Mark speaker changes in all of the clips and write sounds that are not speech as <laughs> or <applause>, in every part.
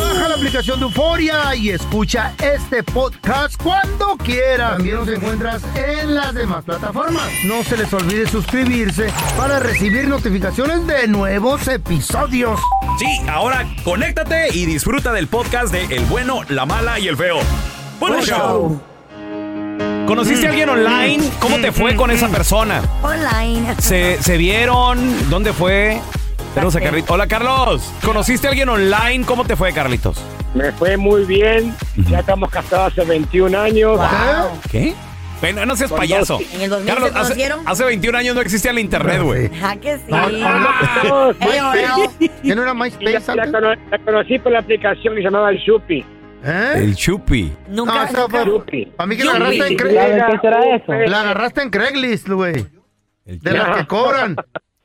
Speaker 1: Baja la aplicación de Euforia y escucha este podcast cuando quieras. También nos encuentras en las demás plataformas. No se les olvide suscribirse para recibir notificaciones de nuevos episodios.
Speaker 2: Sí, ahora conéctate y disfruta del podcast de El bueno, la mala y el feo. ¡Buen Mm. show! ¿Conociste a alguien online? ¿Cómo te fue con esa persona?
Speaker 3: Online.
Speaker 2: ¿Se, se vieron? ¿Dónde fue? Tenemos a Carlitos. Hola, Carlos. ¿Conociste a alguien online? ¿Cómo te fue, Carlitos?
Speaker 4: Me fue muy bien. Ya estamos casados hace 21 años.
Speaker 3: Wow.
Speaker 2: ¿Qué? Ven, no seas
Speaker 4: Con
Speaker 2: payaso.
Speaker 3: ¿En el 2000
Speaker 2: Carlos,
Speaker 3: se
Speaker 2: hace,
Speaker 3: conocieron?
Speaker 2: hace 21 años no existía el internet, güey.
Speaker 3: ¿A que sí?
Speaker 1: No, no, no.
Speaker 4: Estamos-
Speaker 3: Ey, Oreo.
Speaker 1: ¿Tiene una
Speaker 4: Y La,
Speaker 1: MySpace
Speaker 4: la
Speaker 1: antes?
Speaker 4: cono- la conocí por la aplicación que se llamaba el Yupi.
Speaker 1: ¿Eh?
Speaker 2: El chupi.
Speaker 1: No,
Speaker 3: Nunca.
Speaker 1: esa fue-
Speaker 4: Yupi.
Speaker 1: A mí que la agarraste en, Cra-
Speaker 4: Era
Speaker 5: ¿qué será eso?
Speaker 4: un-
Speaker 1: la agarraste en Craigslist, güey.
Speaker 2: El
Speaker 1: De las que cobran.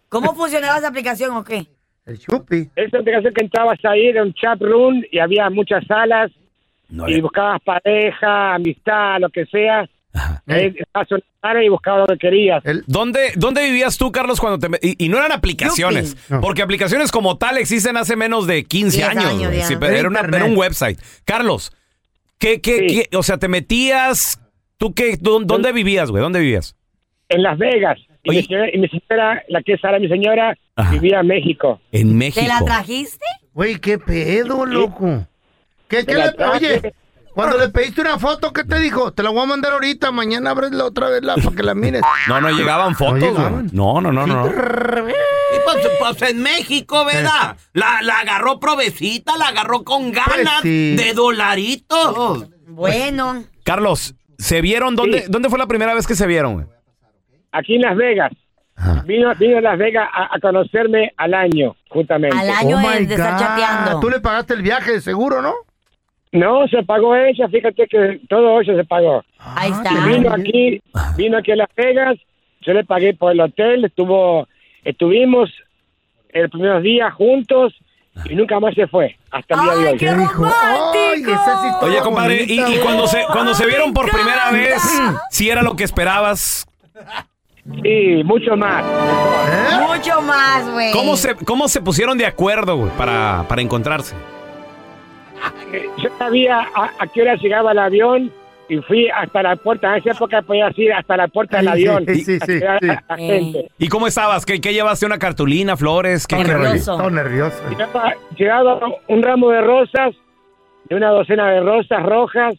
Speaker 3: ¿Cómo funcionaba esa aplicación o qué?
Speaker 1: El chupi.
Speaker 4: Esa aplicación que entrabas ahí era un chat room y había muchas salas
Speaker 2: No,
Speaker 4: y buscabas pareja, amistad, lo que sea. Ahí estabas en la sala y buscabas lo que querías.
Speaker 1: Eh. El-
Speaker 2: ¿Dónde, ¿Dónde vivías tú, Carlos, cuando te... me- Y, y no eran aplicaciones,
Speaker 1: Yupi. No.
Speaker 2: porque aplicaciones como tal existen hace menos de 15
Speaker 3: Diez
Speaker 2: años.
Speaker 3: años,
Speaker 2: güey.
Speaker 3: ya.
Speaker 2: Sí, pero
Speaker 1: Era
Speaker 2: era, una-
Speaker 1: internet.
Speaker 2: era un website. Carlos, ¿qué, qué,
Speaker 4: Sí.
Speaker 2: qué- o sea, te metías... ¿Tú qué? dó- ¿Dónde vivías, güey? ¿Dónde vivías?
Speaker 4: En Las Vegas. Y
Speaker 2: Oye.
Speaker 4: mi, señora, y mi señora, la que es ahora mi señora,
Speaker 2: Ajá.
Speaker 4: vivía en México.
Speaker 2: En México.
Speaker 3: ¿Te la trajiste?
Speaker 1: Güey, qué pedo, loco. ¿Qué, qué
Speaker 4: la
Speaker 1: le-
Speaker 4: traje.
Speaker 1: oye, cuando le pediste una foto, ¿qué te dijo? Te la voy a mandar ahorita, mañana abresla otra vez la, para que la mires.
Speaker 2: No, no llegaban fotos, güey.
Speaker 1: llegaban.
Speaker 2: No, no, no, no.
Speaker 6: Pues, pues en México, ¿verdad? La, la agarró provecita, la agarró con ganas
Speaker 1: Este. Pues sí.
Speaker 6: de dolaritos.
Speaker 3: Bueno.
Speaker 2: Carlos, ¿se vieron? ¿Dónde,
Speaker 4: Sí.
Speaker 2: ¿dónde fue la primera vez que se vieron, güey?
Speaker 4: Aquí en Las Vegas.
Speaker 1: Ah.
Speaker 4: Vino, vino a Las Vegas a, a conocerme al año, justamente.
Speaker 3: Al año
Speaker 1: Oh, my
Speaker 3: es de estar
Speaker 1: God.
Speaker 3: chateando.
Speaker 1: Tú le pagaste el viaje, de seguro, ¿no?
Speaker 4: No, se pagó ella, fíjate que todo eso se pagó.
Speaker 3: Ahí está.
Speaker 1: Ah,
Speaker 4: Vino
Speaker 1: ya.
Speaker 4: aquí, vino aquí a Las Vegas, yo le pagué por el hotel, estuvo, estuvimos el primeros días juntos y nunca más se fue, hasta el día de
Speaker 3: ¡Ay,
Speaker 4: hoy.
Speaker 3: qué romántico!
Speaker 1: Ay, esa es historia
Speaker 2: Oye, compadre, y,
Speaker 1: bonita,
Speaker 2: y
Speaker 1: güey.
Speaker 2: cuando se cuando se vieron por
Speaker 3: Ay,
Speaker 2: primera
Speaker 3: canta.
Speaker 2: vez, si era lo que esperabas.
Speaker 4: Sí, mucho más.
Speaker 1: ¿Eh?
Speaker 3: Mucho más, güey.
Speaker 2: ¿Cómo se, cómo se pusieron de acuerdo, güey, para, para encontrarse?
Speaker 4: Eh, Yo sabía a, a qué hora llegaba el avión y fui hasta la puerta, en esa época podías ir hasta la puerta del
Speaker 1: Sí,
Speaker 4: avión.
Speaker 1: sí, sí,
Speaker 4: a
Speaker 1: sí,
Speaker 4: esperar
Speaker 1: sí.
Speaker 4: a la
Speaker 3: Eh.
Speaker 4: gente.
Speaker 2: ¿Y cómo estabas? ¿Qué, qué llevaste? ¿Una cartulina, flores? ¿Qué, qué rollo?
Speaker 3: Nervioso.
Speaker 1: Todo nervioso.
Speaker 4: Llegaba, llegaba un ramo de rosas, de una docena de rosas rojas,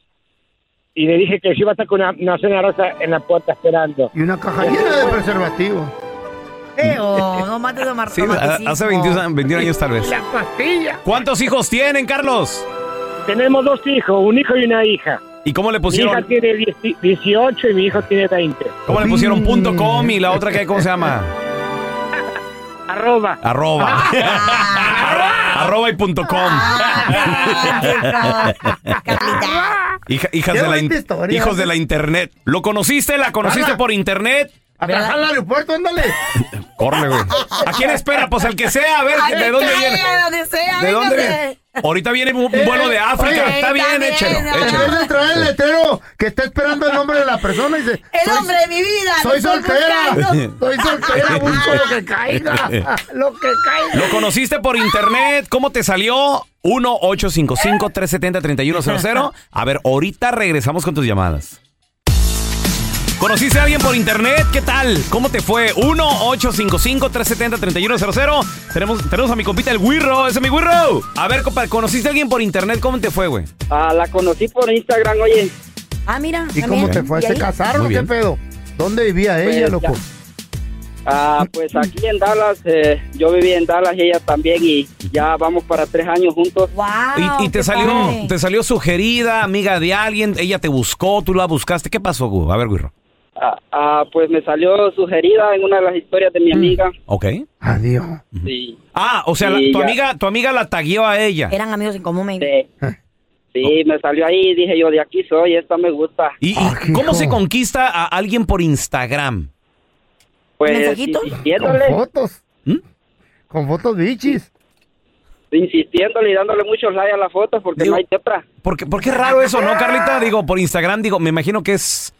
Speaker 4: y le dije que yo iba a estar con una, una docena de rosas en la puerta esperando.
Speaker 1: Y una caja llena de preservativo.
Speaker 3: Feo, no mates de
Speaker 2: eh, Sí, a- hace 21, años- 21 años tal vez. ¿Cuántos hijos tienen, Carlos?
Speaker 4: Tenemos dos hijos, un hijo y una hija.
Speaker 2: ¿Y cómo le
Speaker 4: Mi hija
Speaker 2: pusieron?
Speaker 4: tiene 10 18 y mi hijo tiene 20.
Speaker 2: ¿Cómo le pusieron punto com y la otra que hay, cómo se llama?
Speaker 4: Arroba.
Speaker 3: <laughs>
Speaker 5: Arroba. <laughs> Arroba y punto com.
Speaker 3: Ah,
Speaker 5: <laughs> Hija- hijas
Speaker 1: Qué
Speaker 5: de la
Speaker 1: bonita
Speaker 5: in-
Speaker 1: historia.
Speaker 5: hijos de la internet. ¿Lo conociste? ¿La conociste
Speaker 1: Ala.
Speaker 5: por internet?
Speaker 1: A trabajar al aeropuerto, ándale.
Speaker 5: Corre, güey. ¿A quién espera? Pues al que sea, a ver
Speaker 3: Ay,
Speaker 5: de dónde
Speaker 3: cae,
Speaker 5: viene.
Speaker 3: a donde sea,
Speaker 5: ¿De dónde
Speaker 3: véngase.
Speaker 5: viene? Ahorita viene un
Speaker 1: Eh,
Speaker 5: vuelo de
Speaker 1: eh,
Speaker 5: África.
Speaker 3: oye,
Speaker 5: está bien,
Speaker 3: está
Speaker 5: échelo.
Speaker 3: bien, no.
Speaker 1: En
Speaker 5: échelo.
Speaker 1: vez de traer el letrero que está esperando el nombre de la persona y dice...
Speaker 3: El
Speaker 1: soy-
Speaker 3: hombre de mi vida. lo
Speaker 1: Soy
Speaker 3: estoy
Speaker 1: soltera,
Speaker 3: buscando.
Speaker 1: <laughs> soy soltera, busco lo que caiga,
Speaker 3: <laughs>
Speaker 1: lo que caiga.
Speaker 5: ¿Lo conociste por internet? ¿Cómo te salió? 1-855-370-3100. A ver, ahorita regresamos con tus llamadas. ¿Conociste a alguien por internet? ¿Qué tal? ¿Cómo te fue? 1-855-370-3100. Tenemos, tenemos a mi compita el Wirro. ¡Ese es mi Wirro! A ver, compa, ¿conociste a alguien por internet? ¿Cómo te fue, güey?
Speaker 7: Ah, la conocí por Instagram, oye.
Speaker 3: Ah, mira.
Speaker 1: ¿Y cómo te fue? "Pues, ¿Se casaron o
Speaker 5: Muy
Speaker 1: qué
Speaker 5: bien.
Speaker 1: pedo? ¿Dónde vivía
Speaker 7: Pues,
Speaker 1: ella, loco?
Speaker 7: Ah, pues aquí en Dallas, eh, yo viví en Dallas y ella también y ya vamos para tres años juntos.
Speaker 3: Wow.
Speaker 5: Y, y te salió te salió sugerida, amiga de alguien. Ella te buscó, tú la buscaste. ¿Qué pasó, Gu? A ver, Wirro.
Speaker 7: Ah, ah, pues me salió sugerida en una de las historias de
Speaker 5: Mm.
Speaker 7: mi amiga.
Speaker 5: Ok.
Speaker 1: Adiós.
Speaker 7: Sí,
Speaker 5: Ah, o sea, la-
Speaker 7: Sí,
Speaker 5: tu,
Speaker 7: ya.
Speaker 5: amiga, tu amiga la tagueó a ella.
Speaker 3: Eran amigos en común, me
Speaker 7: sí. Sí, me salió ahí y dije yo, de aquí soy, esta me gusta.
Speaker 5: ¿Y, y
Speaker 1: Ah, qué
Speaker 5: cómo
Speaker 1: hijo.
Speaker 5: se conquista a alguien por Instagram?
Speaker 7: Pues
Speaker 3: ¿Mensajito?
Speaker 1: Con
Speaker 7: insistiéndole,
Speaker 1: fotos.
Speaker 5: ¿Mm?
Speaker 1: Con fotos bichis.
Speaker 7: insistiéndole y dándole muchos likes a las fotos porque
Speaker 5: Digo-
Speaker 7: no hay de otra.
Speaker 5: Porque, porque es raro eso, ¿no, Carlita? Digo, por Instagram, digo, me imagino que es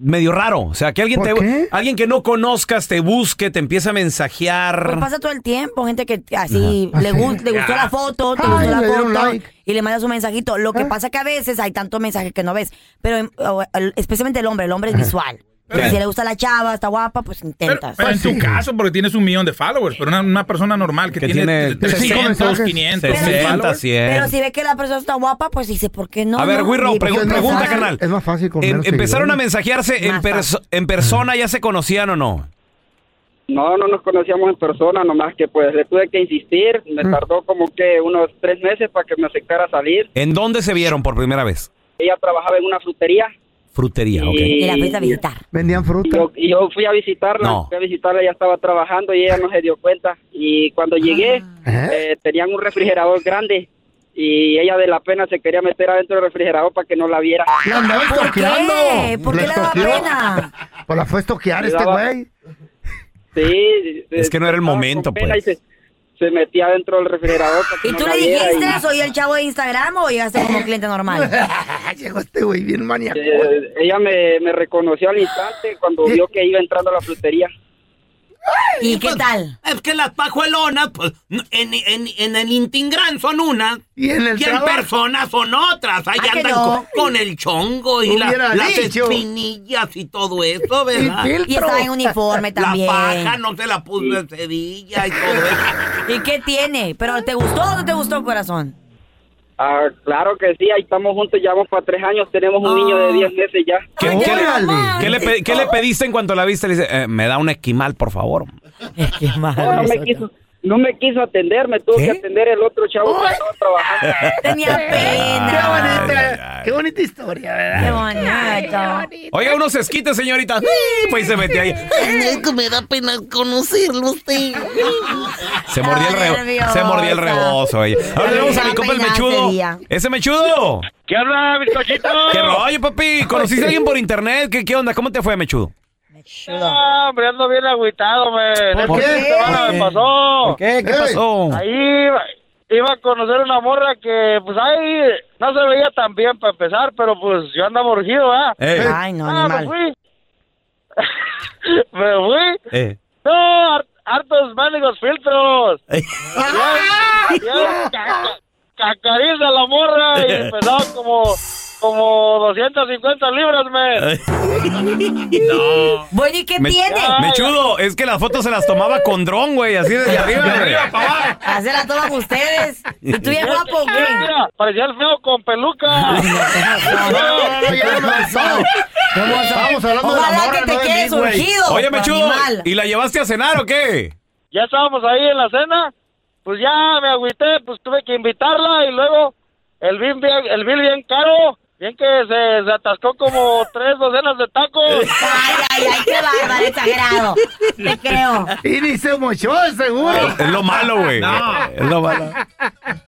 Speaker 5: medio raro. O sea, que alguien,
Speaker 1: ¿Por
Speaker 5: te,
Speaker 1: qué?
Speaker 5: alguien que no conozcas te busque, te empiece a
Speaker 3: Pues
Speaker 5: mensajear.
Speaker 3: pasa todo el tiempo, gente que así le, gu- le gustó la foto, te
Speaker 1: Ay,
Speaker 3: gustó la
Speaker 1: le dieron
Speaker 3: foto
Speaker 1: like.
Speaker 3: y le mandas un mensajito. Lo que pasa que a veces hay tantos mensajes que no ves, pero em, o, el- especialmente el hombre, el hombre es visual. Y si le gusta la chava, está guapa, pues
Speaker 8: Pero,
Speaker 3: intentas.
Speaker 8: pero en tu caso, porque tienes un millón de followers, pero una, una persona normal que,
Speaker 5: Que tiene
Speaker 8: tiene, 300,
Speaker 1: mensajes.
Speaker 8: 500, mil
Speaker 5: 60,
Speaker 8: followers.
Speaker 5: 100.
Speaker 3: Pero si ve que la persona está guapa, pues dice, ¿por qué no?
Speaker 5: A ver,
Speaker 3: no?
Speaker 5: Wirro,
Speaker 3: Y, pues,
Speaker 5: pregun-
Speaker 3: es más
Speaker 5: pregunta,
Speaker 3: fácil.
Speaker 5: carnal.
Speaker 1: Es más fácil con
Speaker 5: Em-
Speaker 1: menos
Speaker 5: empezaron a
Speaker 1: seguidores.
Speaker 5: mensajearse en,
Speaker 3: Más fácil.
Speaker 5: perso- en persona, ¿ya se conocían o no?
Speaker 7: No, no nos conocíamos en persona, nomás que pues le tuve que insistir. Me
Speaker 5: Mm.
Speaker 7: tardó como que unos tres meses para que me aceptara salir.
Speaker 5: ¿En dónde se vieron por primera vez?
Speaker 7: Ella trabajaba en una frutería.
Speaker 5: Frutería, ok.
Speaker 3: Y la fuiste a visitar.
Speaker 1: Vendían
Speaker 7: y
Speaker 1: fruta.
Speaker 7: yo, y yo fui a visitarla,
Speaker 5: No.
Speaker 7: fui a visitarla, ella estaba trabajando y ella no se dio cuenta. Y cuando llegué,
Speaker 5: Ah.
Speaker 1: ¿Eh?
Speaker 7: eh, tenían un refrigerador grande y ella de la pena se quería meter adentro del refrigerador para que no la viera.
Speaker 1: La andaba
Speaker 3: ¿Por
Speaker 1: estoqueando.
Speaker 3: qué? ¿Por
Speaker 1: La
Speaker 3: qué le daba
Speaker 1: estoqueó.
Speaker 3: pena?
Speaker 1: Pues la fue a estoquear
Speaker 7: Le
Speaker 1: este
Speaker 7: daba-
Speaker 1: güey.
Speaker 7: Sí,
Speaker 5: Es
Speaker 7: eh,
Speaker 5: que no era el
Speaker 7: estaba con
Speaker 5: momento,
Speaker 7: pena
Speaker 5: pues.
Speaker 7: y Se, se metía adentro del refrigerador. para que
Speaker 3: ¿Y
Speaker 7: no
Speaker 3: tú
Speaker 7: la
Speaker 3: le
Speaker 7: viera
Speaker 3: dijiste,
Speaker 7: y-
Speaker 3: soy el chavo de Instagram o llegaste como cliente normal?
Speaker 1: Llegó este güey bien maníaco.
Speaker 7: Eh, ella me, me reconoció al instante cuando vio que iba entrando a la frutería.
Speaker 3: ¿Y qué tal?
Speaker 6: Pues, Es que las pajuelonas, pues, no- en, en- en el Intingran son unas.
Speaker 1: Y en el
Speaker 6: en
Speaker 1: trabajo.
Speaker 6: personas son otras. Ahí
Speaker 3: Ah, que
Speaker 6: andan
Speaker 3: no.
Speaker 6: con, con el chongo y la-
Speaker 1: Hubiera
Speaker 6: las
Speaker 1: dicho.
Speaker 6: espinillas y todo eso, ¿verdad?
Speaker 1: filtro.
Speaker 3: Y estaba en uniforme también.
Speaker 6: La paja no se la puso en Sevilla y todo eso.
Speaker 3: <laughs> ¿Y qué tiene? ¿Pero te gustó o no te gustó, corazón?
Speaker 7: Ah, claro que sí, ahí estamos juntos, ya vamos para tres años, tenemos un niño de 10 meses ya.
Speaker 5: Ah. ¿Qué,
Speaker 1: Órale.
Speaker 5: qué le,
Speaker 3: Órale.
Speaker 5: qué le pe- qué le pediste en cuanto la viste? Le dice, eh, me da un esquimal, por
Speaker 3: <laughs>
Speaker 5: favor.
Speaker 3: Qué
Speaker 7: No, no
Speaker 3: mal.
Speaker 7: me quiso, no me quiso atender, me tuvo
Speaker 5: ¿Qué?
Speaker 7: que atender el otro chavo que estaba trabajando.
Speaker 1: <laughs>
Speaker 3: Tenía
Speaker 1: Qué
Speaker 3: pena.
Speaker 5: ay,
Speaker 1: bonita.
Speaker 5: ay.
Speaker 1: Qué bonita historia,
Speaker 3: Qué
Speaker 1: ¿verdad?
Speaker 3: bonito.
Speaker 5: Oiga, unos esquites, señorita. ¡Ay! Pues se metió ahí.
Speaker 6: me da pena conocerlo usted.
Speaker 5: Se mordía el rebozo.
Speaker 3: nerviosa.
Speaker 5: Se mordía el rebozo. Ahora tenemos a mi
Speaker 3: Ay,
Speaker 5: compa el
Speaker 3: ya
Speaker 5: mechudo.
Speaker 3: sería.
Speaker 5: Ese mechudo.
Speaker 4: ¿Qué habla, bizcochito?
Speaker 5: ¿Qué rollo, papi? ¿Conociste a alguien por internet? ¿Qué, qué onda? ¿Cómo te fue, mechudo?
Speaker 7: No, hombre, ando bien agüitado, me.
Speaker 1: ¿Por qué?
Speaker 7: semana me pasó.
Speaker 5: ¿Qué? ¿Qué
Speaker 1: Ey.
Speaker 5: pasó?
Speaker 7: Ahí iba, iba a conocer una morra que, pues ahí no se veía tan bien para empezar, pero pues yo andaba urgido, ¿ah?
Speaker 5: Ey,
Speaker 3: Ay, no,
Speaker 7: ah, me
Speaker 3: ni mal.
Speaker 7: fui. <laughs> me fui.
Speaker 5: eh.
Speaker 7: No, har- hartos mendigos
Speaker 5: <laughs>
Speaker 7: filtros.
Speaker 3: <laughs>
Speaker 7: Cacariza la morra y pesaba como, como 250 libras, me.
Speaker 3: Bueno, ¿y qué
Speaker 5: Me-
Speaker 3: tiene?
Speaker 5: Mechudo, es que las fotos se las tomaba con dron, güey. Así <laughs> desde arriba. güey.
Speaker 3: Hacer a todas ustedes. ¿Y tú bien guapo? ¿qué?
Speaker 7: Mira, parecía el feo con peluca.
Speaker 1: No, no, no, ya no, no. Estábamos hablando de la
Speaker 3: Ojalá
Speaker 1: morra, no
Speaker 3: que te
Speaker 1: de mí,
Speaker 3: quedes
Speaker 1: güey.
Speaker 3: surgido.
Speaker 5: Oye, Mechudo,
Speaker 3: animal.
Speaker 5: ¿y la llevaste a cenar o qué?
Speaker 7: ya estábamos ahí en la cena, pues ya me agüité, pues tuve que invitarla y luego el bill bien, el bill bien caro y
Speaker 9: Bien que se, se atascó como tres docenas de tacos.
Speaker 3: Ay, ay, ay, qué bárbaro, exagerado. Te creo.
Speaker 1: Y ni se mochó, seguro.
Speaker 5: Es lo malo, güey.
Speaker 1: No.
Speaker 5: Es lo malo.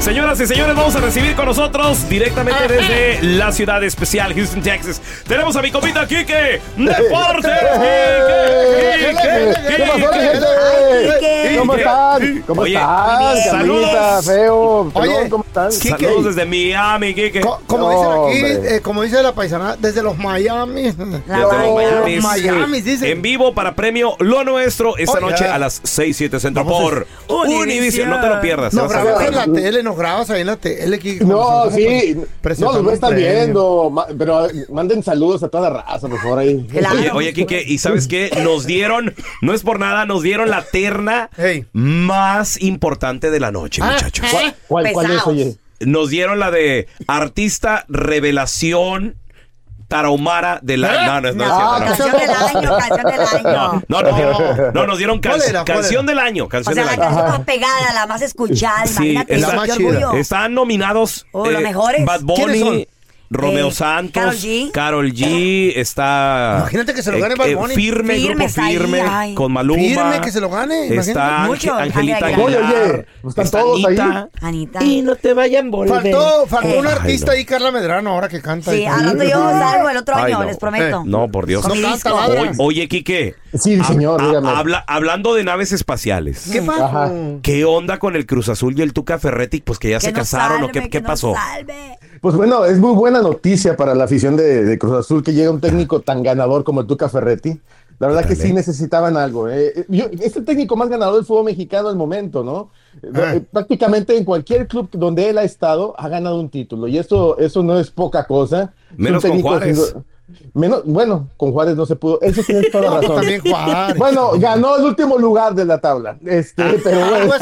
Speaker 5: Señoras y señores, vamos a recibir con nosotros directamente desde la ciudad especial, Houston, Texas. Tenemos a mi compita Quique Deportes. Quique, Quique,
Speaker 10: ¿Qué pasó, mi
Speaker 5: Quique.
Speaker 10: gente? ¿Cómo están? ¿Cómo
Speaker 5: Oye,
Speaker 10: están?
Speaker 5: saludos.
Speaker 10: Camita, feo, pelón,
Speaker 1: Oye,
Speaker 10: ¿cómo están?
Speaker 5: Saludos desde Miami, Quique.
Speaker 10: No,
Speaker 1: Como dicen aquí,
Speaker 10: hombre.
Speaker 1: eh, como dice la paisanada, desde los Miami.
Speaker 5: Desde los Miamis.
Speaker 1: Miami, dicen.
Speaker 5: En vivo para premio Lo Nuestro esta
Speaker 1: Oye.
Speaker 5: noche a las 6, 7 centro por
Speaker 1: Univision.
Speaker 5: Univision. No te lo pierdas. te
Speaker 1: Nos
Speaker 5: vas a
Speaker 1: grabas en
Speaker 5: divertir.
Speaker 1: la tele, nos grabas ahí en la tele. aquí,
Speaker 10: No,
Speaker 1: como
Speaker 10: sí. No,
Speaker 1: presentando
Speaker 10: los voy a estar
Speaker 1: un premio.
Speaker 10: viendo. ma- Pero eh, manden saludos a toda la raza, por favor, ahí.
Speaker 5: Oye, oye, Quique, ¿y sabes qué? Nos dieron, no es por nada, nos dieron la terna más importante de la noche,
Speaker 10: Ah,
Speaker 5: muchachos.
Speaker 10: ¿Cuál- cuál- cuál es, oye?
Speaker 5: Nos dieron la de artista revelación tarahumara de la... No, no, es- no, es cierto, no.
Speaker 3: Canción del año, canción del año.
Speaker 5: No, no, no, no, nos dieron
Speaker 3: ¿Cuál
Speaker 5: can-
Speaker 3: era? ¿Cuál
Speaker 5: canción del año,
Speaker 3: O
Speaker 5: canción
Speaker 3: sea, la
Speaker 5: del año.
Speaker 3: canción más pegada, la más escuchada,
Speaker 5: Sí,
Speaker 3: Pues imagínate.
Speaker 5: está-
Speaker 3: qué orgullo.
Speaker 5: están nominados eh,
Speaker 3: Oh, los mejores.
Speaker 5: Bad
Speaker 3: ¿Quiénes son?
Speaker 5: Bunny, Romeo
Speaker 3: Eh, Karol
Speaker 5: Santos,
Speaker 3: G.
Speaker 5: Karol G, está...
Speaker 1: Imagínate que se lo gane Bad Bunny.
Speaker 5: Eh, firme,
Speaker 1: Firme
Speaker 5: grupo
Speaker 1: está ahí,
Speaker 5: firme,
Speaker 1: ay.
Speaker 5: con Maluma.
Speaker 1: Firme, que se lo gane, imagínate.
Speaker 5: Está Ange-
Speaker 1: Mucho,
Speaker 5: Angelita
Speaker 1: Angelita
Speaker 5: Aguilar.
Speaker 1: Aguilar. Oye, oye,
Speaker 10: están todos ahí.
Speaker 5: Anita.
Speaker 3: Anita.
Speaker 1: Y no te vayan volver. Faltó, faltó
Speaker 5: Eh.
Speaker 1: un artista
Speaker 5: Ay,
Speaker 1: ahí, Carla Medrano, ahora que canta.
Speaker 3: Sí, al otro yo salgo el otro año, les prometo.
Speaker 5: Eh, No, por Dios.
Speaker 3: Con mi No disco. canta,
Speaker 5: Oye,
Speaker 3: ladra.
Speaker 5: oye, Quique. Ah,
Speaker 10: Sí, señor, dígame.
Speaker 5: habla- hablando de naves espaciales.
Speaker 1: ¿Qué pasó? Ajá.
Speaker 5: ¿Qué onda con el Cruz Azul y el Tuca Ferretti? Pues que ya
Speaker 3: Que
Speaker 5: se
Speaker 3: nos
Speaker 5: casaron o
Speaker 3: salve,
Speaker 5: qué,
Speaker 3: que
Speaker 5: qué
Speaker 3: nos
Speaker 5: pasó.
Speaker 10: Pues bueno, es muy buena noticia para la afición de, de Cruz Azul que llega un técnico tan ganador como el Tuca Ferretti. La verdad que sí necesitaban algo. eh. Eh, yo- es el técnico más ganador del fútbol mexicano al momento, ¿no? Eh, eh, Prácticamente en cualquier club donde él ha estado ha ganado un título y eso, eso no es poca cosa. Es un
Speaker 5: Menos con
Speaker 10: técnico
Speaker 5: Juárez.
Speaker 10: sin- Menos, bueno, con Juárez no se pudo. Eso tiene toda la
Speaker 1: No, pues
Speaker 10: razón.
Speaker 1: también Juárez. Ah,
Speaker 10: Bueno, ganó el último lugar de la tabla. Este, pero bueno.
Speaker 1: pues,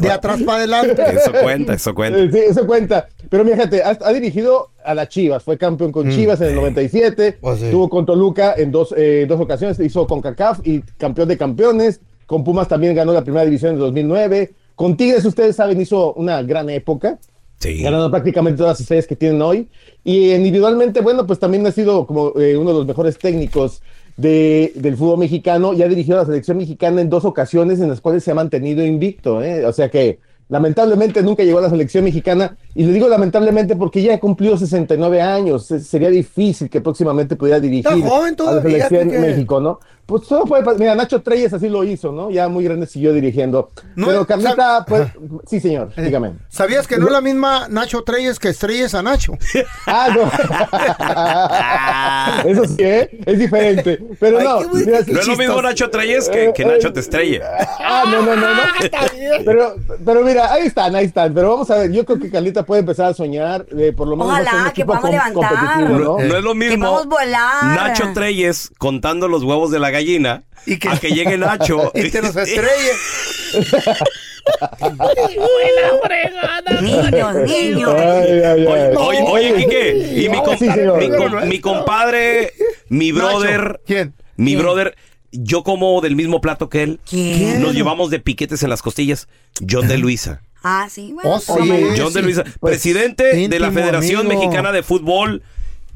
Speaker 1: De atrás para adelante.
Speaker 5: Eso cuenta, eso cuenta.
Speaker 10: Eh, Sí, eso cuenta. Pero mira, gente, ha, ha dirigido a las Chivas, fue campeón con Chivas en el 97,
Speaker 1: Mm. Pues sí.
Speaker 10: estuvo con Toluca en dos, eh, dos ocasiones, hizo con CACAF y campeón de campeones, con Pumas también ganó la primera división en 2009, con Tigres, ustedes saben, hizo una gran época. Ganando prácticamente todas las series que tienen hoy. Y individualmente, bueno, pues también ha sido como eh, uno de los mejores técnicos de- del fútbol mexicano y ha dirigido a la selección mexicana en dos ocasiones en las cuales se ha mantenido invicto. ¿eh? O sea que lamentablemente nunca llegó a la selección mexicana. Y le digo lamentablemente porque ya ha cumplido 69 años. Se- Sería difícil que próximamente pudiera dirigir
Speaker 1: joven
Speaker 10: a la
Speaker 1: todavía,
Speaker 10: selección
Speaker 1: Quique.
Speaker 10: México, ¿no? Pues solo puede pas- Mira, Nacho Treyes así lo hizo, ¿no? Ya muy grande siguió dirigiendo. Pero Carlita,
Speaker 1: <laughs>
Speaker 10: pues. Sí, señor, dígame.
Speaker 1: ¿Sabías que no es la misma Nacho Treyes que estrelles
Speaker 5: <laughs>
Speaker 1: a Nacho?
Speaker 10: Ah,
Speaker 5: <laughs>
Speaker 10: no. Eso sí, ¿eh? Es diferente. Pero no. mira,
Speaker 5: No es lo mismo
Speaker 10: chistoso.
Speaker 5: Nacho Treyes que, que Nacho te estrelle.
Speaker 10: Ah, no, no, no, no. Pero, pero mira, ahí están, ahí están. Pero vamos a ver, yo creo que Carlita puede empezar a soñar, eh, por lo menos.
Speaker 3: Ojalá,
Speaker 10: hacer un
Speaker 3: que
Speaker 10: equipo
Speaker 3: podamos levantar.
Speaker 10: competitivo,
Speaker 5: No, no es lo
Speaker 3: Que
Speaker 5: mismo
Speaker 3: podamos volar.
Speaker 5: Nacho Treyes contando los huevos de la gallina a que llegue
Speaker 10: <laughs>
Speaker 5: Nacho
Speaker 1: Y te los estrelle.
Speaker 3: Niños, niños.
Speaker 10: Ay, ay, ay.
Speaker 5: Oye, oye, Quique, y mi,
Speaker 10: Ahora sí,
Speaker 5: compa-
Speaker 10: señor.
Speaker 5: mi com- mi compadre, mi brother, mi brother, yo como del mismo plato que él. Nos llevamos de piquetes en las costillas.
Speaker 10: <laughs>
Speaker 5: John de Luisa.
Speaker 3: Ah, sí, bueno.
Speaker 10: Oye,
Speaker 5: John de
Speaker 10: sí,
Speaker 5: Luisa,
Speaker 10: pues,
Speaker 5: presidente de la
Speaker 10: íntimo
Speaker 5: Federación
Speaker 10: amigo.
Speaker 5: Mexicana de Fútbol.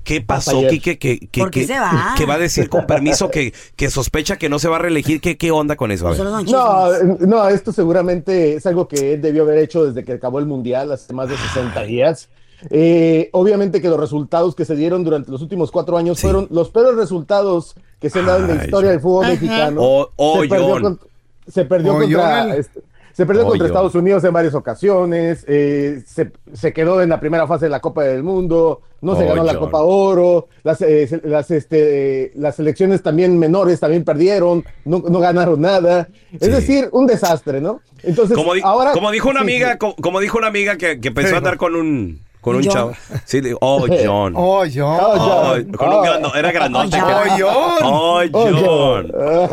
Speaker 5: ¿Qué pasó,
Speaker 10: ayer.
Speaker 5: Quique? Que, que,
Speaker 3: ¿Por qué
Speaker 5: que-
Speaker 3: se va?
Speaker 5: que va a decir con permiso que, que sospecha que no se va a reelegir. ¿Qué, qué onda con eso? A ver.
Speaker 10: No, no, esto seguramente es algo que él debió haber hecho desde que acabó el Mundial hace más de 60 días. Eh, obviamente que los resultados que se dieron durante los últimos cuatro años fueron los peores resultados que se han dado en la
Speaker 5: Ay,
Speaker 10: historia del fútbol
Speaker 1: Ajá.
Speaker 10: mexicano.
Speaker 5: O- o
Speaker 10: se perdió,
Speaker 5: John.
Speaker 10: con- se perdió
Speaker 1: O John.
Speaker 10: contra, este, se perdió
Speaker 5: O
Speaker 10: contra
Speaker 5: John.
Speaker 10: Estados Unidos en varias ocasiones, eh, se, se quedó en la primera fase de la Copa del Mundo, no se
Speaker 5: O
Speaker 10: ganó la
Speaker 5: John.
Speaker 10: Copa Oro, las, eh, se- las, este, las selecciones también menores también perdieron, no, no ganaron nada.
Speaker 5: Sí.
Speaker 10: Es decir, un desastre, ¿no? Entonces,
Speaker 5: como, di-
Speaker 10: ahora.
Speaker 5: como dijo una
Speaker 10: sí,
Speaker 5: amiga,
Speaker 10: sí.
Speaker 5: co- Como, dijo una amiga que, que pensó
Speaker 1: Sí.
Speaker 5: andar con un con un
Speaker 3: John.
Speaker 5: chavo. Sí, le-
Speaker 10: <laughs>
Speaker 5: oh John. Oh,
Speaker 1: Oh, yo.
Speaker 10: Oh, John.
Speaker 5: con un
Speaker 10: Oh.
Speaker 5: grando- era grandote.
Speaker 3: John.
Speaker 5: que- Oh, John.
Speaker 10: Oh, John.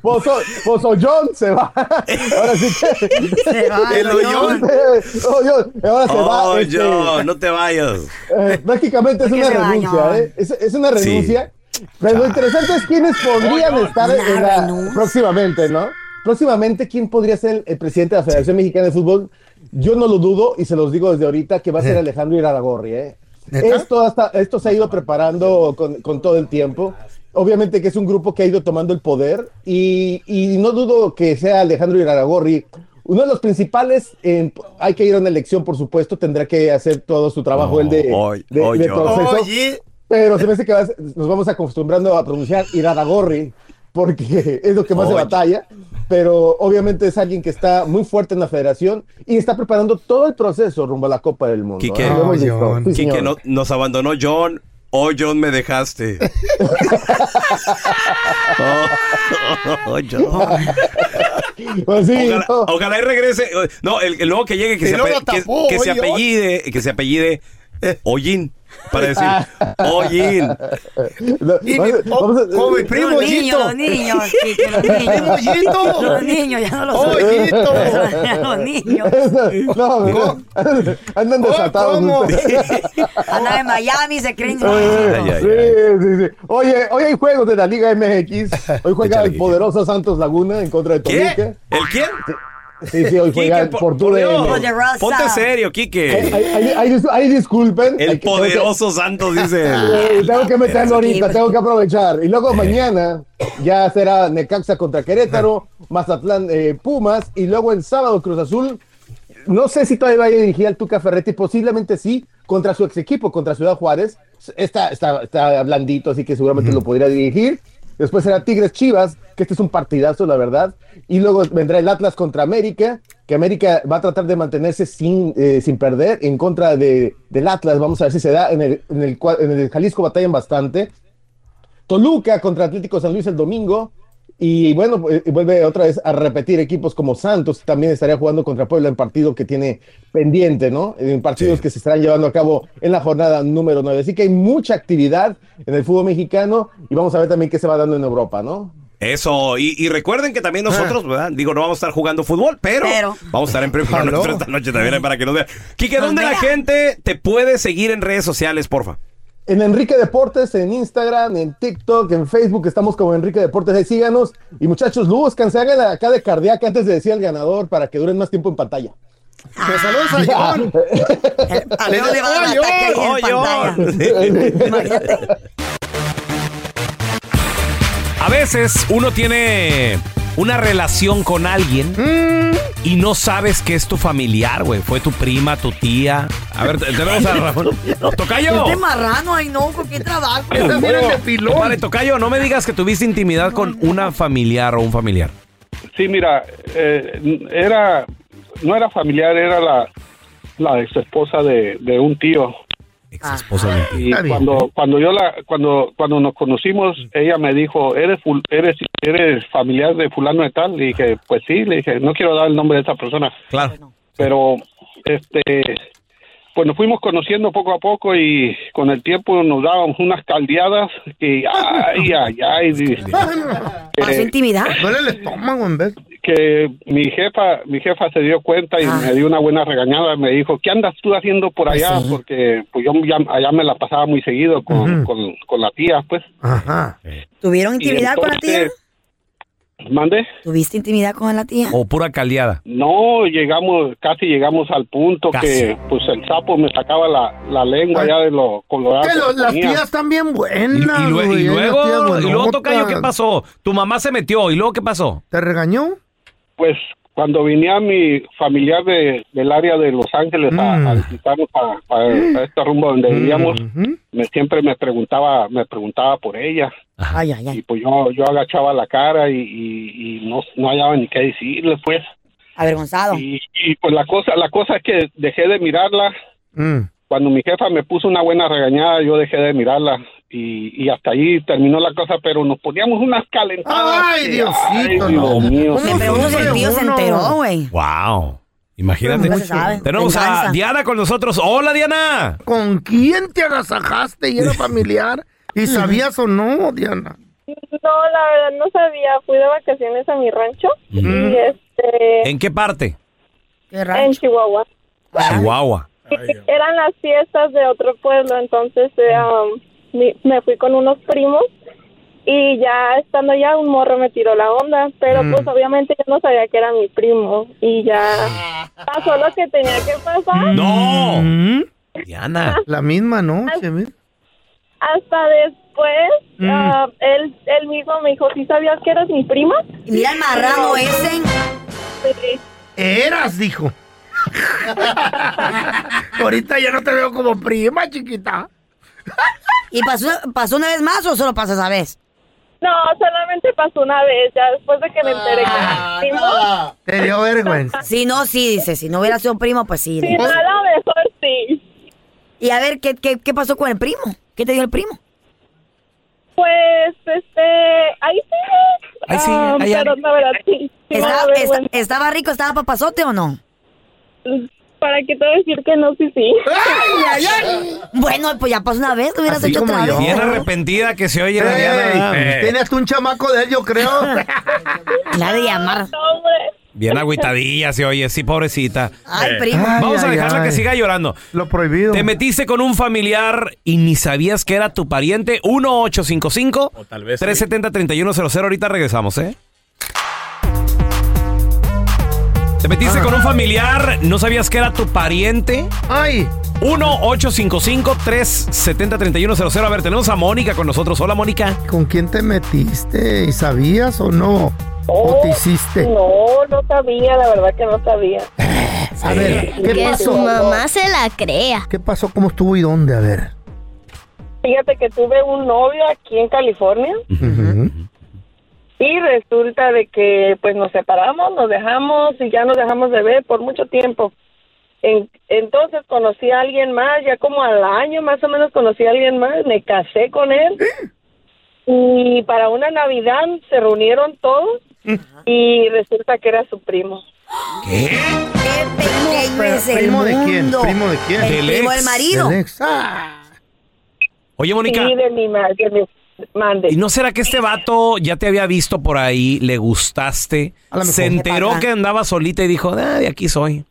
Speaker 10: Pozo, Pozo John
Speaker 5: <laughs>
Speaker 10: se va. Ahora sí que.
Speaker 3: Se va,
Speaker 5: El
Speaker 3: no,
Speaker 5: hoyón.
Speaker 10: <laughs>
Speaker 3: no.
Speaker 10: Oh, John. Ahora se va.
Speaker 5: Oh,
Speaker 10: este,
Speaker 5: John, no te vayas.
Speaker 10: eh, prácticamente es
Speaker 3: ¿Por qué
Speaker 10: una
Speaker 3: se va, John?
Speaker 10: renuncia, ¿eh? Es, es una
Speaker 5: Sí.
Speaker 10: renuncia. Pero lo interesante es quiénes podrían estar
Speaker 3: Una
Speaker 10: en la-
Speaker 3: renuncia.
Speaker 10: próximamente, ¿no? Próximamente, ¿quién podría ser el, el presidente de la Federación Mexicana de Fútbol? Yo no lo dudo y se los digo desde ahorita que va a ser Alejandro Iraragorri, ¿eh?
Speaker 1: ¿Neta?
Speaker 10: Esto, hasta, esto se ha ido preparando con, con todo el tiempo. Obviamente que es un grupo que ha ido tomando el poder y, y no dudo que sea Alejandro Iraragorri. Uno de los principales, en- hay que ir a una elección, por supuesto, tendrá que hacer todo su trabajo,
Speaker 5: Oh,
Speaker 10: el de,
Speaker 5: oh,
Speaker 10: de-
Speaker 5: oh,
Speaker 10: de
Speaker 5: yo.
Speaker 10: proceso.
Speaker 1: Oye.
Speaker 10: Pero se me hace que vas- nos vamos acostumbrando a pronunciar Iraragorri, porque es lo que más se
Speaker 5: Oye.
Speaker 10: batalla. Pero obviamente es alguien que está muy fuerte en la federación y está preparando todo el proceso rumbo a la Copa del Mundo.
Speaker 5: Quique.
Speaker 10: ¿eh? Lo hemos
Speaker 1: Ay,
Speaker 10: visto.
Speaker 1: John.
Speaker 10: Sí,
Speaker 5: Quique,
Speaker 10: señor.
Speaker 5: no- nos abandonó John. Oh, John, me
Speaker 10: <laughs>
Speaker 5: dejaste. <laughs> Oh, oh, John.
Speaker 10: Pues sí,
Speaker 5: Ojalá,
Speaker 10: no.
Speaker 5: ojalá y regrese. eh, No, el, el nuevo que llegue, que,
Speaker 1: Y
Speaker 5: se,
Speaker 1: luego
Speaker 5: ape- que-
Speaker 1: tapó,
Speaker 5: que se
Speaker 1: oye,
Speaker 5: apellide, que se
Speaker 1: <laughs>
Speaker 5: apellide Ollín. Para decir, Ollín.
Speaker 10: No,
Speaker 1: Y
Speaker 10: vamos
Speaker 1: mi- oh,
Speaker 10: a- vamos a-
Speaker 1: como mi
Speaker 3: Los
Speaker 1: primo
Speaker 3: niños,
Speaker 1: Yito.
Speaker 3: los niños,
Speaker 10: <laughs>
Speaker 3: sí, que los niños.
Speaker 1: Primollito.
Speaker 3: Los niños, ya no los
Speaker 1: Oh, Yito.
Speaker 3: Los niños.
Speaker 10: <laughs> No, no, andan
Speaker 1: Oh,
Speaker 10: desatados.
Speaker 1: ¿cómo?
Speaker 10: ustedes.
Speaker 3: Andan en Miami, se creen.
Speaker 5: ay, ay.
Speaker 10: Sí, sí, sí. Oye, hoy hay juegos de la Liga MX. Hoy juega
Speaker 5: Échale,
Speaker 10: el
Speaker 5: Quique.
Speaker 10: poderoso Santos Laguna en contra de
Speaker 5: ¿Qué?
Speaker 10: Toluca.
Speaker 5: ¿El quién?
Speaker 10: Sí, sí, hoy juega
Speaker 5: Quique,
Speaker 10: el
Speaker 5: por-
Speaker 10: Fortuna.
Speaker 5: por Dios.
Speaker 3: Por the Rosa.
Speaker 5: Ponte serio,
Speaker 10: Ahí,
Speaker 5: Quique.
Speaker 10: ahí- ahí dis- ahí disculpen.
Speaker 5: El
Speaker 10: Hay
Speaker 1: <laughs>
Speaker 10: que- tengo que-
Speaker 5: poderoso Santos, dice
Speaker 10: eh,
Speaker 5: él.
Speaker 10: Tengo que meterlo ahorita, tengo que aprovechar. Y
Speaker 5: Eh.
Speaker 10: luego mañana ya será Necaxa contra Querétaro, Mazatlán eh, Pumas y luego el sábado Cruz Azul. No sé si todavía vaya a dirigir al Tuca Ferretti, posiblemente sí, contra su ex equipo, contra Ciudad Juárez. Está, está, está blandito, así que seguramente lo podría dirigir. Después será Tigres Chivas, que este es un partidazo, la verdad. Y luego vendrá el Atlas contra América, que América va a tratar de mantenerse sin, eh, sin perder en contra de, del Atlas. Vamos a ver si se da. En el, en el, cua- en el Jalisco batallan bastante. Toluca contra Atlético San Luis el domingo. Y bueno, pues, vuelve otra vez a repetir equipos como Santos, que también estaría jugando contra Puebla en partido que tiene pendiente, ¿no? En partidos que se estarán llevando a cabo en la jornada número 9. Así que hay mucha actividad en el fútbol mexicano y vamos a ver también qué se va dando en Europa, ¿no?
Speaker 5: Eso, y, y recuerden que también
Speaker 1: Ah.
Speaker 5: nosotros, ¿verdad? Digo, no vamos a estar jugando fútbol, pero,
Speaker 3: Pero.
Speaker 5: vamos a estar en premio
Speaker 1: Aló.
Speaker 5: nuestro esta noche también para que nos vean. Quique,
Speaker 3: Nos
Speaker 5: ¿dónde la
Speaker 3: vea.
Speaker 5: gente te puede seguir en redes sociales, porfa?
Speaker 10: En Enrique Deportes, en Instagram, en TikTok, en Facebook, estamos como Enrique Deportes, ahí síganos. Y muchachos, buscan, se hagan acá de cardíaca antes de decir al ganador para que duren más tiempo en pantalla.
Speaker 1: Que saludos
Speaker 10: <laughs>
Speaker 1: a John.
Speaker 3: A Leo le va a dar un
Speaker 1: Oye,
Speaker 3: ataque ahí en
Speaker 5: oye.
Speaker 3: pantalla. Imagínate.
Speaker 5: A veces uno tiene una relación con alguien y no sabes que es tu familiar, güey. Fue tu prima, tu tía. A ver, te- tenemos a Ramón. ¡Tocayo!
Speaker 3: Este marrano, ay no, con qué trabajo.
Speaker 5: Vale, Tocayo, no me digas que tuviste intimidad con una familiar o un familiar.
Speaker 9: Sí, mira, eh, era, no era familiar, era la, la ex esposa de, de un tío.
Speaker 5: Ah.
Speaker 9: Y
Speaker 5: Está bien.
Speaker 9: cuando, cuando yo la, cuando, cuando nos conocimos, ella me dijo, eres, ful- eres, eres familiar de fulano de tal. Le dije, pues sí, le dije, no quiero dar el nombre de esa persona.
Speaker 5: Claro.
Speaker 9: Pero, este, pues nos fuimos conociendo poco a poco y con el tiempo nos dábamos unas caldeadas y, ay, ay,
Speaker 5: <laughs>
Speaker 9: ay. di-
Speaker 3: ¿Pasó
Speaker 9: eh,
Speaker 3: intimidad?
Speaker 1: Duele el estómago, en vez.
Speaker 9: que mi jefa, mi jefa se dio cuenta
Speaker 3: Ah.
Speaker 9: y me dio una buena regañada, me dijo, ¿qué andas tú haciendo por
Speaker 1: Pues
Speaker 9: allá?
Speaker 1: sí.
Speaker 9: Porque pues yo ya- allá me la pasaba muy seguido
Speaker 1: Ujú.
Speaker 9: con,
Speaker 1: Ah.
Speaker 9: con, con la tía, pues.
Speaker 1: Ajá.
Speaker 3: ¿Tuvieron intimidad con la tía?
Speaker 9: ¿Mande?
Speaker 3: ¿Tuviste intimidad con la tía?
Speaker 5: O pura caldeada.
Speaker 9: No, llegamos, casi llegamos al punto
Speaker 5: Casi.
Speaker 9: que pues el sapo me sacaba la, la lengua ya de lo colorado.
Speaker 1: Que Ah. lo-
Speaker 9: que
Speaker 1: las
Speaker 9: tenía.
Speaker 1: tías están bien
Speaker 5: Y,
Speaker 1: buenas.
Speaker 5: y lue- y
Speaker 1: güey, ¿eh? hay unas tías
Speaker 5: luego, Oh, y luego
Speaker 1: buenotas.
Speaker 5: Tocayo, ¿qué pasó? Tu mamá se metió, ¿y luego qué pasó?
Speaker 1: ¿Te regañó?
Speaker 9: Pues cuando venía mi familiar de, del área de Los Ángeles a,
Speaker 3: Mm.
Speaker 9: a visitarnos para, para- para este rumbo donde vivíamos, me, siempre me preguntaba, me preguntaba por ella.
Speaker 3: Ay, ay, ay.
Speaker 9: Y pues yo, yo agachaba la cara y, y- y no, no hallaba ni qué decirle, pues.
Speaker 3: Avergonzado.
Speaker 9: Y, y, pues la cosa, la cosa es que dejé de mirarla. Cuando mi jefa me puso una buena regañada, yo dejé de mirarla. Y, y hasta ahí terminó la cosa, pero nos poníamos unas calentadas.
Speaker 1: Ay,
Speaker 9: que,
Speaker 1: Diosito,
Speaker 9: ay,
Speaker 1: no.
Speaker 9: Dios mío.
Speaker 3: Me pregunto si el tío se enteró, güey.
Speaker 5: Wow. Imagínate.
Speaker 3: Nunca se sabe.
Speaker 5: Tenemos a
Speaker 3: Venganza.
Speaker 5: Diana con nosotros. Hola, Diana.
Speaker 1: ¿Con quién te
Speaker 5: <laughs>
Speaker 1: agasajaste y era familiar? ¿Y sabías o no, Diana?
Speaker 11: No, la verdad no sabía. Fui de vacaciones a mi rancho y este
Speaker 5: ¿En qué parte?
Speaker 11: en Chihuahua.
Speaker 5: Chihuahua.
Speaker 11: Eran las fiestas de otro pueblo, entonces eh, um, mi- me fui con unos primos y ya estando allá un morro me tiró la onda, pero
Speaker 12: Mm.
Speaker 11: pues obviamente yo no sabía que era mi primo y ya pasó lo que tenía que pasar.
Speaker 5: <laughs> ¡No! Mm.
Speaker 1: Diana. La misma, ¿no? Sí, mira.
Speaker 11: Hasta después,
Speaker 1: Mm.
Speaker 11: ah, él, él mismo me dijo, ¿sí sabías que eras mi prima?
Speaker 3: Mira el marrano ese.
Speaker 11: Sí.
Speaker 5: <laughs>
Speaker 1: Eras, dijo. Ahorita ya no te veo como prima, chiquita.
Speaker 3: ¿Y pasó, pasó una vez más o solo pasó esa vez?
Speaker 11: No, solamente pasó una vez, ya después de que me enteré que era mi primo.
Speaker 1: Te dio vergüenza.
Speaker 3: Si no, sí, dice. Si no hubiera sido primo, pues sí.
Speaker 11: Sí, no, a lo mejor sí.
Speaker 3: Y a ver, ¿qué, qué, qué pasó con el primo? ¿Qué te dio el primo?
Speaker 11: Pues, este, ahí sí.
Speaker 3: Ahí sí,
Speaker 11: ah,
Speaker 3: ahí,
Speaker 11: pero
Speaker 3: ahí.
Speaker 11: la verdad sí. sí me da
Speaker 3: ¿Estaba, esta-
Speaker 11: vergüenza.
Speaker 3: ¿Estaba rico? ¿Estaba papazote o no?
Speaker 11: ¿Para qué te voy a decir que no? Sí, sí.
Speaker 3: Ay, ay, ay. <laughs> Bueno, pues ya pasó una vez, lo hubieras
Speaker 1: Así
Speaker 3: hecho
Speaker 1: como
Speaker 3: otra
Speaker 1: yo.
Speaker 3: vez.
Speaker 5: Bien arrepentida que se oye la
Speaker 1: Ey,
Speaker 5: Diana. eh. ¿verdad?
Speaker 1: Tenías tú un chamaco de él, yo
Speaker 5: <laughs>
Speaker 1: creo.
Speaker 3: La de llamar.
Speaker 5: Bien agüitadilla se oye, sí, pobrecita.
Speaker 3: Ay, primo.
Speaker 5: Vamos
Speaker 1: Ay,
Speaker 5: a
Speaker 1: ay,
Speaker 5: dejarla
Speaker 1: ay.
Speaker 5: que siga llorando.
Speaker 1: Lo prohibido.
Speaker 5: Te metiste con un familiar y ni sabías que era tu pariente. 1855 370 3100. Ahorita regresamos, ¿eh? Te metiste con un familiar, no sabías que era tu pariente.
Speaker 1: Ay.
Speaker 5: 1-855-370-3100. A ver, tenemos a Mónica con nosotros. Hola, Mónica.
Speaker 1: ¿Con quién te metiste? ¿Y sabías o no? ¿O te hiciste?
Speaker 11: No, no sabía, la verdad que no sabía.
Speaker 1: <laughs> A ver, ¿qué
Speaker 13: que
Speaker 1: pasó?
Speaker 13: su mamá se la crea.
Speaker 1: ¿Qué pasó? ¿Cómo estuvo y dónde? A ver.
Speaker 11: Fíjate que tuve un novio aquí en California y resulta de que pues nos separamos, nos dejamos y ya nos dejamos de ver por mucho tiempo. En- entonces conocí a alguien más, ya como al año más o menos conocí a alguien más, me casé con él y para una Navidad se reunieron todos y resulta que era su primo.
Speaker 3: Qué pequeño
Speaker 1: Pero,
Speaker 3: es el
Speaker 1: ¿Primo de quién?
Speaker 3: mundo.
Speaker 1: ¿Primo de quién?
Speaker 3: El primo del marido.
Speaker 1: Del ex. Ah,
Speaker 5: Oye, Mónica.
Speaker 11: Sí, de mi madre, de mi- mande.
Speaker 5: ¿Y no será que este vato ya te había visto por ahí, le gustaste,
Speaker 11: A lo mejor.
Speaker 5: se enteró que andaba solita y dijo, "Ah, de aquí soy?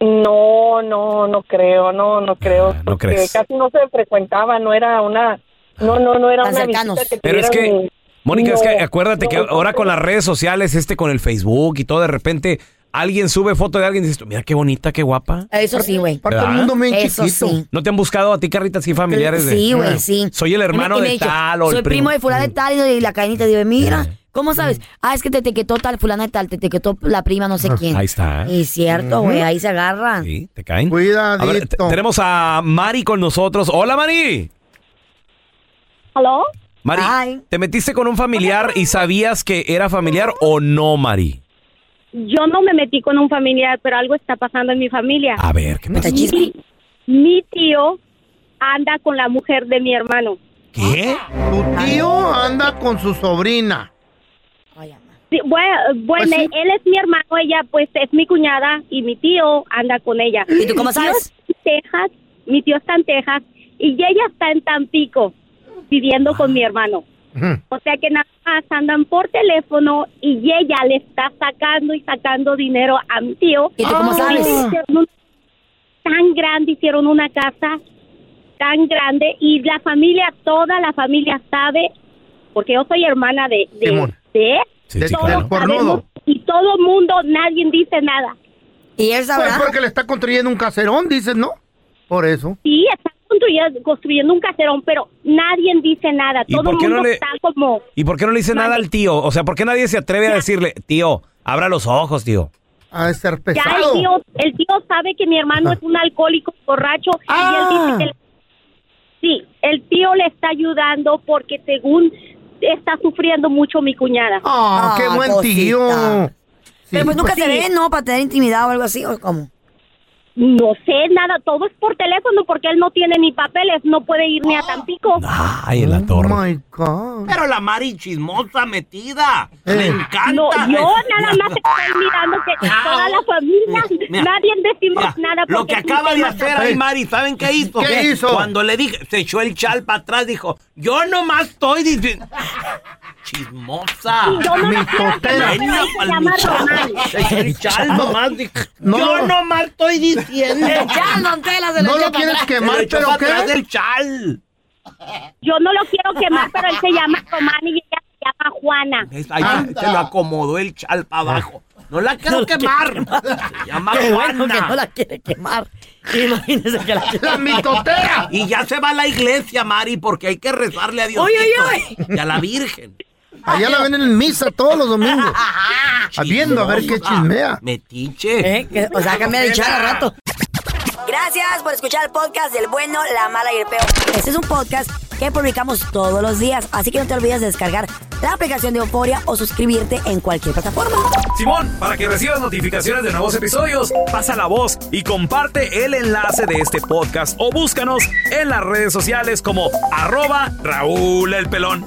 Speaker 11: No, no, no creo, no, no creo.
Speaker 5: Ah, no
Speaker 11: porque
Speaker 5: crees.
Speaker 11: Casi no se frecuentaba, no era una, no, no, no era
Speaker 3: Tan
Speaker 11: una
Speaker 3: cercanos.
Speaker 11: visita que
Speaker 5: Pero es
Speaker 11: tuvieran
Speaker 5: que,
Speaker 11: ni-
Speaker 5: Mónica,
Speaker 11: no,
Speaker 5: es que acuérdate que
Speaker 11: no,
Speaker 5: ahora con las redes sociales, este con el Facebook y todo, de repente alguien sube foto de alguien y dices, tú, mira qué bonita, qué guapa.
Speaker 3: Eso sí, güey.
Speaker 5: Aparte, el ¿Verdad? mundo
Speaker 1: bien
Speaker 3: Eso
Speaker 5: chiquito.
Speaker 3: sí.
Speaker 5: ¿No te han buscado a ti, Carrita, así familiares? de- Ah.
Speaker 3: Sí, güey, sí.
Speaker 5: Soy el hermano
Speaker 3: Y me- y me
Speaker 5: de
Speaker 3: dicho,
Speaker 5: tal o
Speaker 3: Soy
Speaker 5: el primo.
Speaker 3: primo de fulano de tal y la cadenita digo, mira, ¿Cómo sabes? Ah, es que te etiquetó tal fulana y tal, te etiquetó la prima no sé quién.
Speaker 5: Ahí está.
Speaker 3: Es cierto,
Speaker 5: Ujú.
Speaker 3: güey, ahí se agarran.
Speaker 5: Sí, te caen. Cuidadito. tenemos a Mari con nosotros. Hola, Mari.
Speaker 14: ¿Aló?
Speaker 5: Mari,
Speaker 14: Hi.
Speaker 5: ¿te metiste con un familiar y sabías que era familiar o no, Mari?
Speaker 14: Yo no me metí con un familiar, pero algo está pasando en mi familia. A
Speaker 5: ver,
Speaker 14: ¿qué pasa? Mi, mi tío anda con la mujer de mi hermano.
Speaker 1: ¿Qué? Tu tío anda con su sobrina.
Speaker 14: Sí, bueno,
Speaker 3: ¿Ah,
Speaker 14: bueno, él es mi hermano, ella pues es mi cuñada y mi tío anda con ella.
Speaker 3: ¿Y tú cómo
Speaker 14: Mi tío
Speaker 3: sabes?
Speaker 14: está en Texas, mi tío está en Texas y ella está en Tampico viviendo con mi hermano. O sea que nada más andan por teléfono y ella le está sacando y sacando dinero a mi tío.
Speaker 3: ¿Y tú cómo
Speaker 14: Ah.
Speaker 3: sabes?
Speaker 14: Hicieron un- tan grande, hicieron una casa tan grande y la familia, toda la familia sabe, porque yo soy hermana de, de,
Speaker 1: Simón.
Speaker 14: de él.
Speaker 1: Sí, sí,
Speaker 14: Todos
Speaker 1: claro. Del cornudo.
Speaker 14: sabemos Y todo el mundo, nadie dice nada.
Speaker 3: ¿Y él
Speaker 1: Pues porque le está construyendo un caserón, dices, ¿no? Por eso.
Speaker 14: Sí, está construyendo, construyendo un caserón, pero nadie dice nada.
Speaker 5: ¿Y
Speaker 14: Todo el
Speaker 5: por qué no
Speaker 14: mundo
Speaker 5: le-
Speaker 14: está como...
Speaker 5: ¿Y por qué no le dice nada al tío? O sea, ¿por qué nadie se atreve a decirle, tío, abra los ojos, tío?
Speaker 1: A ser
Speaker 14: Ya el tío, el tío sabe que mi
Speaker 1: Ah.
Speaker 14: hermano es un alcohólico borracho y él dice que le- sí, el tío le está ayudando porque según está sufriendo mucho mi cuñada.
Speaker 1: Ah, qué buen tío.
Speaker 3: pues Pero pues nunca
Speaker 14: Sí.
Speaker 3: se ven, ¿no? Para tener intimidad o algo así, ¿o cómo?
Speaker 14: No sé nada, todo es por teléfono porque él no tiene ni papeles, no puede ir ni a Tampico.
Speaker 1: Ah.
Speaker 5: Ay,
Speaker 14: Oh
Speaker 5: en la torre.
Speaker 6: Pero la Mari chismosa metida.
Speaker 14: Eh.
Speaker 6: Le encanta. Ah.
Speaker 14: No, yo nada más estoy mirando que toda la familia,
Speaker 6: Mira,
Speaker 14: nadie decimos nada.
Speaker 6: Lo
Speaker 14: porque
Speaker 6: que
Speaker 14: es un
Speaker 6: acaba de
Speaker 14: tema
Speaker 6: hacer
Speaker 14: tabú.
Speaker 6: ahí, Mari, ¿saben qué hizo?
Speaker 14: ¿Qué hizo?
Speaker 6: Cuando le dije, se echó el chal para atrás, dijo, yo nomás estoy diciendo... Chismosa.
Speaker 14: Y yo no Mi la quiero totera. llamar,
Speaker 6: Venía
Speaker 14: se
Speaker 6: pa'l
Speaker 14: llama
Speaker 6: chal.
Speaker 14: Román.
Speaker 6: Se echó el chal
Speaker 14: No.
Speaker 6: nomás, dijo,
Speaker 14: No.
Speaker 6: yo nomás estoy diciendo...
Speaker 14: El chal, don Tela, se lo No echó lo pa' quieres atrás. quemar,
Speaker 6: Se lo echó
Speaker 14: pero
Speaker 6: pa'
Speaker 14: ¿qué?
Speaker 6: atrás del chal.
Speaker 14: Yo no lo quiero quemar, pero él se llama Román y ella se llama Juana.
Speaker 6: ¿Ves? Ahí se lo acomodó el chal para abajo. No la quiero quemar. Se llama
Speaker 3: Qué bueno
Speaker 6: Juana.
Speaker 3: que no la quiere quemar. Imagínese que la quiere
Speaker 6: Y ya se va a la iglesia, Mari, porque hay que rezarle a Dios.
Speaker 3: Uy, uy,
Speaker 6: Y a la Virgen.
Speaker 1: Allá la ven en misa todos los
Speaker 6: <laughs>
Speaker 1: domingos. Ah, Viendo a ver qué chismea.
Speaker 5: Eh.
Speaker 6: Metiche.
Speaker 3: Eh, O sea, cambia de chal al rato. Gracias por escuchar el podcast del bueno, la mala y el peor. Este es un podcast que publicamos todos los días, así que no te olvides de descargar la aplicación de Euforia o suscribirte en cualquier plataforma.
Speaker 5: Simón, para que recibas notificaciones de nuevos episodios, pasa la voz y comparte el enlace de este podcast o búscanos en las redes sociales como arroba Raúl el Pelón.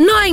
Speaker 15: No hay